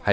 还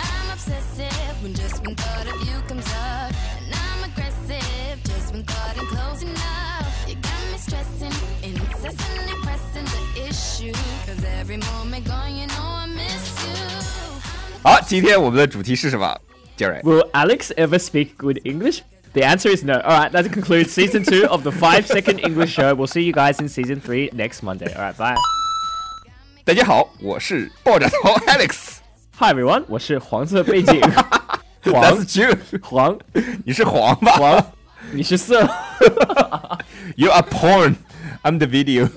I'm obsessive when just one thought of you comes up. And I'm aggressive just when thought ain't close enough. You got me stressing, incessantly pressing the issue. Cause every moment gone, you know I miss you. 好，今天我们的主题是什么？杰瑞， Will Alex ever speak good English? The answer is no. All right, that concludes season two of the five second English show. We'll see you guys in season three next Monday. All right, bye. 大家好，我是爆炸头 Alex， Hi everyone，我是黄色背 景黄 That's you，黄你是黄吧？黄你是色， ，You are porn，I'm the video 。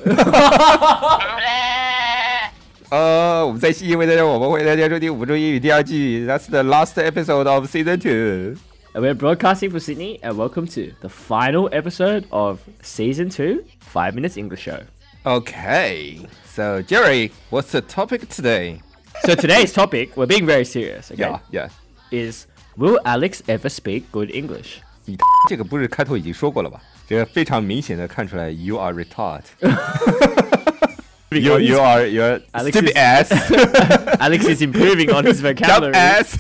呃，我们 Oh, 在新因为大家我们为大家收听五分钟英语第二季，That's the last episode of season two。 And We're broadcasting from Sydney, and welcome to the final episode of season two, Five Minutes English Show. Okay, so Jerry, what's the topic today? So today's topic, we're being very serious, okay? Yeah, yeah. Is will Alex ever speak good English? 你 这个不是开头已经说过了吧？这个非常明显的看出来，you are retard。You you are you are Alex stupid is- ass Alex is improving on his dumb vocabulary. ass 。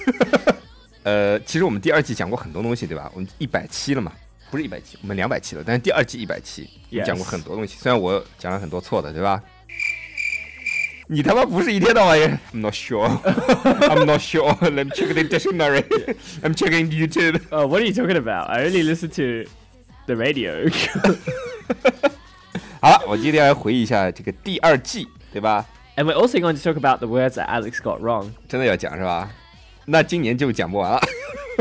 呃，其实我们第二季讲过很多东西，对吧？我们一百期了嘛，不是一百期，我们两百期了，但是第二季一百期 Yes 讲过很多东西，虽然我讲了很多错的，对吧？你他妈不是一天到晚也 I'm not sure, I'm not sure. Let me check the dictionary. I'm checking YouTube. Oh, what are you talking about? I only listen to the radio. 好了，我今天来回忆一下这个第二季，对吧？ and we're also going to talk about the words that Alex got wrong. 真的要讲是吧？那今年就讲不完了。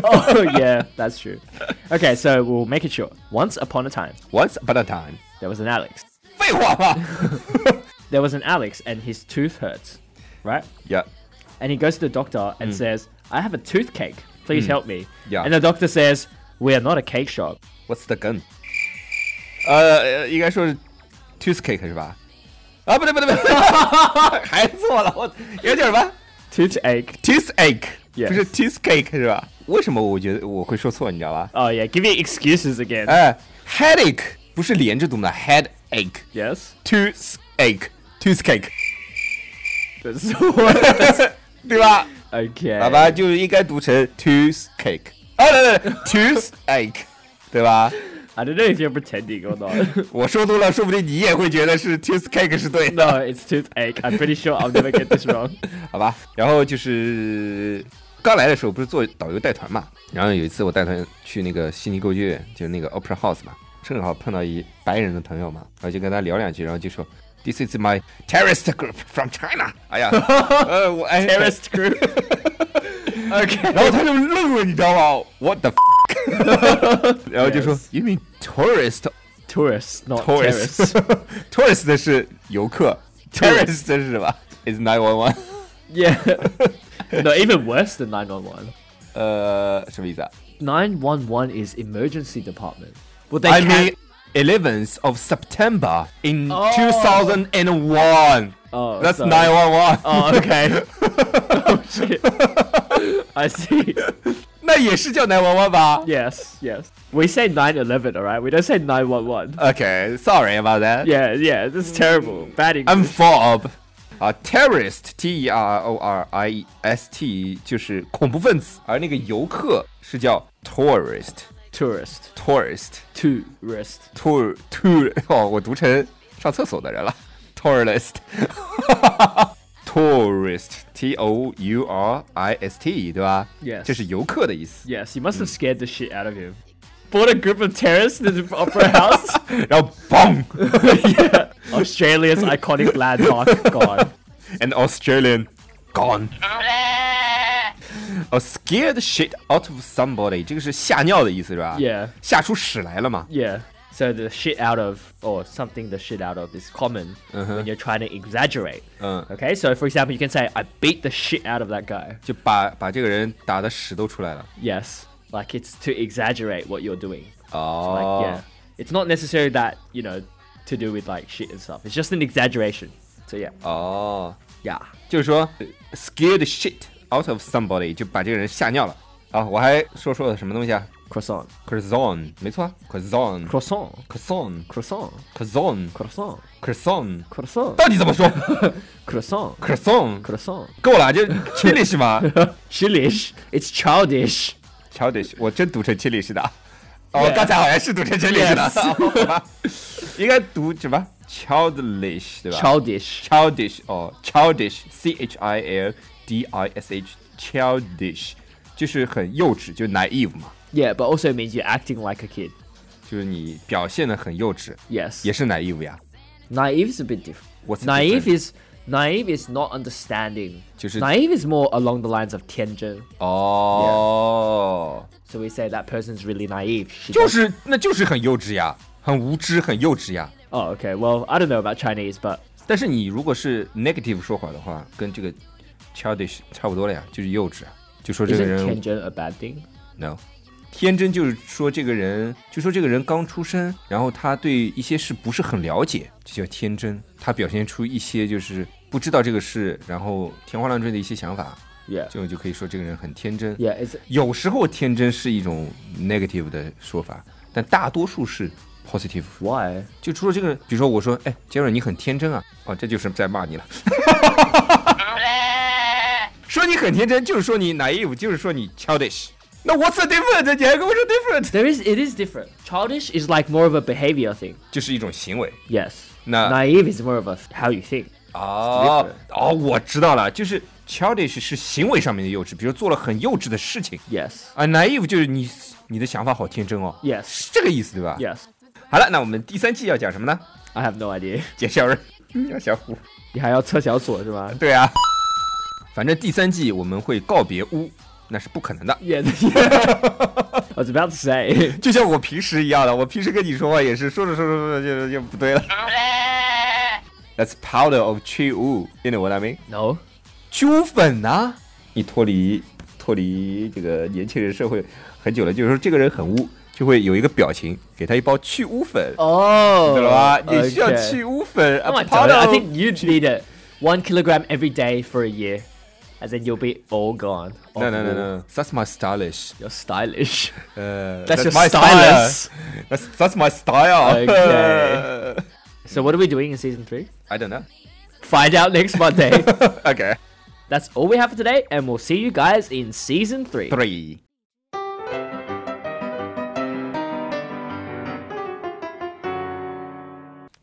Oh, yeah, that's true. Okay, so we'll make it short. Once upon a time, Once upon a time， there was an Alex. 废话 吧 There was an Alex, and his tooth hurts, right? Yeah， And he goes to the doctor and says, I have a toothache. Please help me. Yeah. And the doctor says, We are not a cake shop. What's the gun？呃，应该说是 toothache 是吧？啊，不对不对不对， 还错了，我有点什么 Toothache. toothache， Yes 不是 toothache 是吧？为什么我觉得我会说错，你知道吧？ Oh, yeah, give me excuses again. 哎、h e a d a c h e 不是连着读的 headache，toothache，toothache。toothache yes. That's what- 对吧？ okay. 好吧，就应该读成 toothache，啊，对对对，toothache，对吧？ I don't know if you're pretending or not. 我说多了，说不定你也会觉得是 toothache 是对的， no, it's toothache. I'm pretty sure I'll never get this wrong. 好吧？然后就是刚来的时候不是做导游带团嘛，然后有一次我带团去那个悉尼歌剧院，就是那个 Opera House 嘛，正好碰到一白人的朋友嘛，然后就跟他聊两句，然后就说 This is my terrorist group from China。哎呀，呃，我哎 Terrorist group. okay. 然后他就愣了，你知道吗？What the？fuck？然后就说 Yes You mean tourist Tourists, not terrorists. tourist，tourist 是游客 Tourist ，terrorist 是什么？Is nine one one？ yeah. no, even worse than 911. 呃，什么意思啊911 is emergency department. Well, they ？I can- mean eleventh of September in Oh. two thousand and one. Oh, That's sorry. nine one one. Oh, okay. oh, shit. I see. 那也是叫 nine one one 吧 Yes, yes. We say 911, all right? We don't say Uh, 911. ？Okay, sorry about that. Yeah, yeah, this is terrible. Bad English. mm. I'm fob. 啊，terrorist T E R O R I E S T 就是恐怖分子，而那个游客是叫 tourist tourist. tourist Tourist. tour tour 哦，我读成上厕所的人了，tourist tourist T O U R I S T 对吧 Yes 这是游客的意思。 Yes, you must have scared the shit out of him. Bought a group of terrorists into the opera house. 然后嘣， Australia's iconic landmark gone. and Australian gone. A scared shit out of somebody，这个是吓尿的意思是吧 Yeah. 吓出屎来了嘛？ Yeah. So the shit out of or something the shit out of is common when you're trying to exaggerate. 嗯， Okay, so for example, you can say I beat the shit out of that guy. 就把把这个人打的屎都出来了。 Yes, like it's to exaggerate what you're doing. Like 哦、 yeah, it's not necessarily that you know to do with like shit and stuff. It's just an exaggeration. So yeah, Uh. 哦， yeah. 就是说呃 scared shit out of somebody，就把这个人吓尿了。啊，我还说说的什么东西啊 Croissant, ？Croissant，没错啊，croissant，croissant，croissant，croissant croissant, croissant, croissant, croissant, croissant，croissant, croissant, 到底怎么说 croissant, ？croissant， croissant. 够了，就 chillish 嘛 Childish. It's childish. ，childish，我真读成 chillish 的啊。哦，刚才好像是读成 childish 的好吧， 应该读什么？childish 对吧 Childish. childish 哦，childish，c h i l d i s h，childish 就是很幼稚，就 naive 嘛， Yeah, but also means you're acting like a kid. 就是你表现的很幼稚， Yes. 也是 naive 呀。 Naive is a bit different. What's the naive difference? is naive is not understanding. 就是- naive is more along the lines of tianzhen. 哦， So we say that person's really naive. She 就 does- 是那就是很幼稚呀，很无知，很幼稚呀。 Oh, okay. Well, I don't know about Chinese, but 但是你如果是 negative 说法的话，跟这个 childish 差不多了呀，就是幼稚，啊就说这个 isn't 人 tianzhen a bad thing? no。天真就是说这个人，就说这个人刚出生，然后他对一些事不是很了解，这叫天真。他表现出一些就是不知道这个事，然后天花乱坠的一些想法， Yeah. 这种就可以说这个人很天真。 Yeah. It's 有时候天真是一种 negative 的说法，但大多数是 positive。 why? 就除了这个，比如说我说，哎，杰瑞你很天真啊，哦，这就是在骂你了。 说你很天真，就是说你 naive，就是说你 childish。那 what's the difference？你还跟我说 different， There is. It is different. Childish is like more of a behavior thing. 就是一种行为。 Yes. No. Naive is more of a how you think. 哦哦，我知道了，就是 childish 是行为上面的幼稚，比如做了很幼稚的事情 Yes. 啊，naive 就是你你的想法好天真哦， Yes. 是这个意思对吧 Yes. 好了，那我们第三季要讲什么呢？ I have no idea. 讲小人，讲小虎。你还要测小左是吗？ 对啊，反正第三季我们会告别屋，那是不可能的。 Yeah, yeah. I was about to say. 就像我平时一样的，我平时跟你说话也是说着说着说着就就不 对了。That's powder of tree wood，you know what I mean？ No. 去污粉呐、你脱离脱离这个年轻人社会很久了，就是说这个人很污，就会有一个表情，给他一包去污粉， Oh. 懂了吧？你需要 okay. 去污粉。 Oh a my powder god, I of- think you need it. One kilogram every day for a year. And then you'll be all gone. Oh, No no no no. That's my stylish. You're stylish. 呃、 That's your my stylus. style. That's that's my style. Okay. So what are we doing in season three? I don't know. Find out next Monday. Okay. That's all we have for today, and we'll see you guys in season three. Three. Three.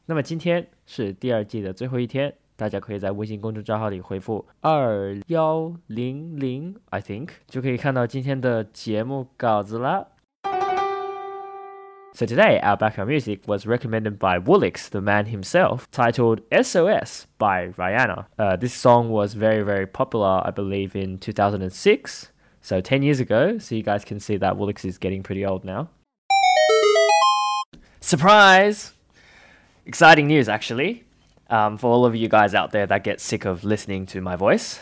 那么今天是第二季的最后一天，大家可以在微信公众账号里回复二幺零零，I think 就可以看到今天的节目稿子啦。So today, our background music was recommended by Woolix, the man himself, titled SOS by Rihanna. Uh, this song was very, very popular, I believe, in 2006, so 10 years ago. So you guys can see that Woolix is getting pretty old now. Surprise! Exciting news, actually, um, for all of you guys out there that get sick of listening to my voice.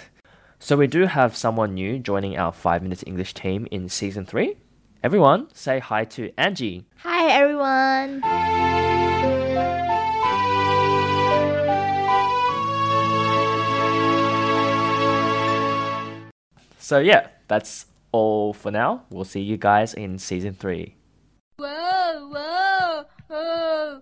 So we do have someone new joining our 5 Minutes English team in Season 3. Everyone, say hi to Angie. Hi everyone. So yeah, that's all for now. We'll see you guys in season three. Whoa, whoa, whoa.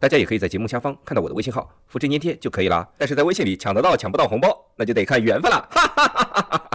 大家也可以在节目下方看到我的微信号，复制粘贴就可以了。但是在微信里抢得到抢不到红包，那就得看缘分了。哈哈哈哈哈哈。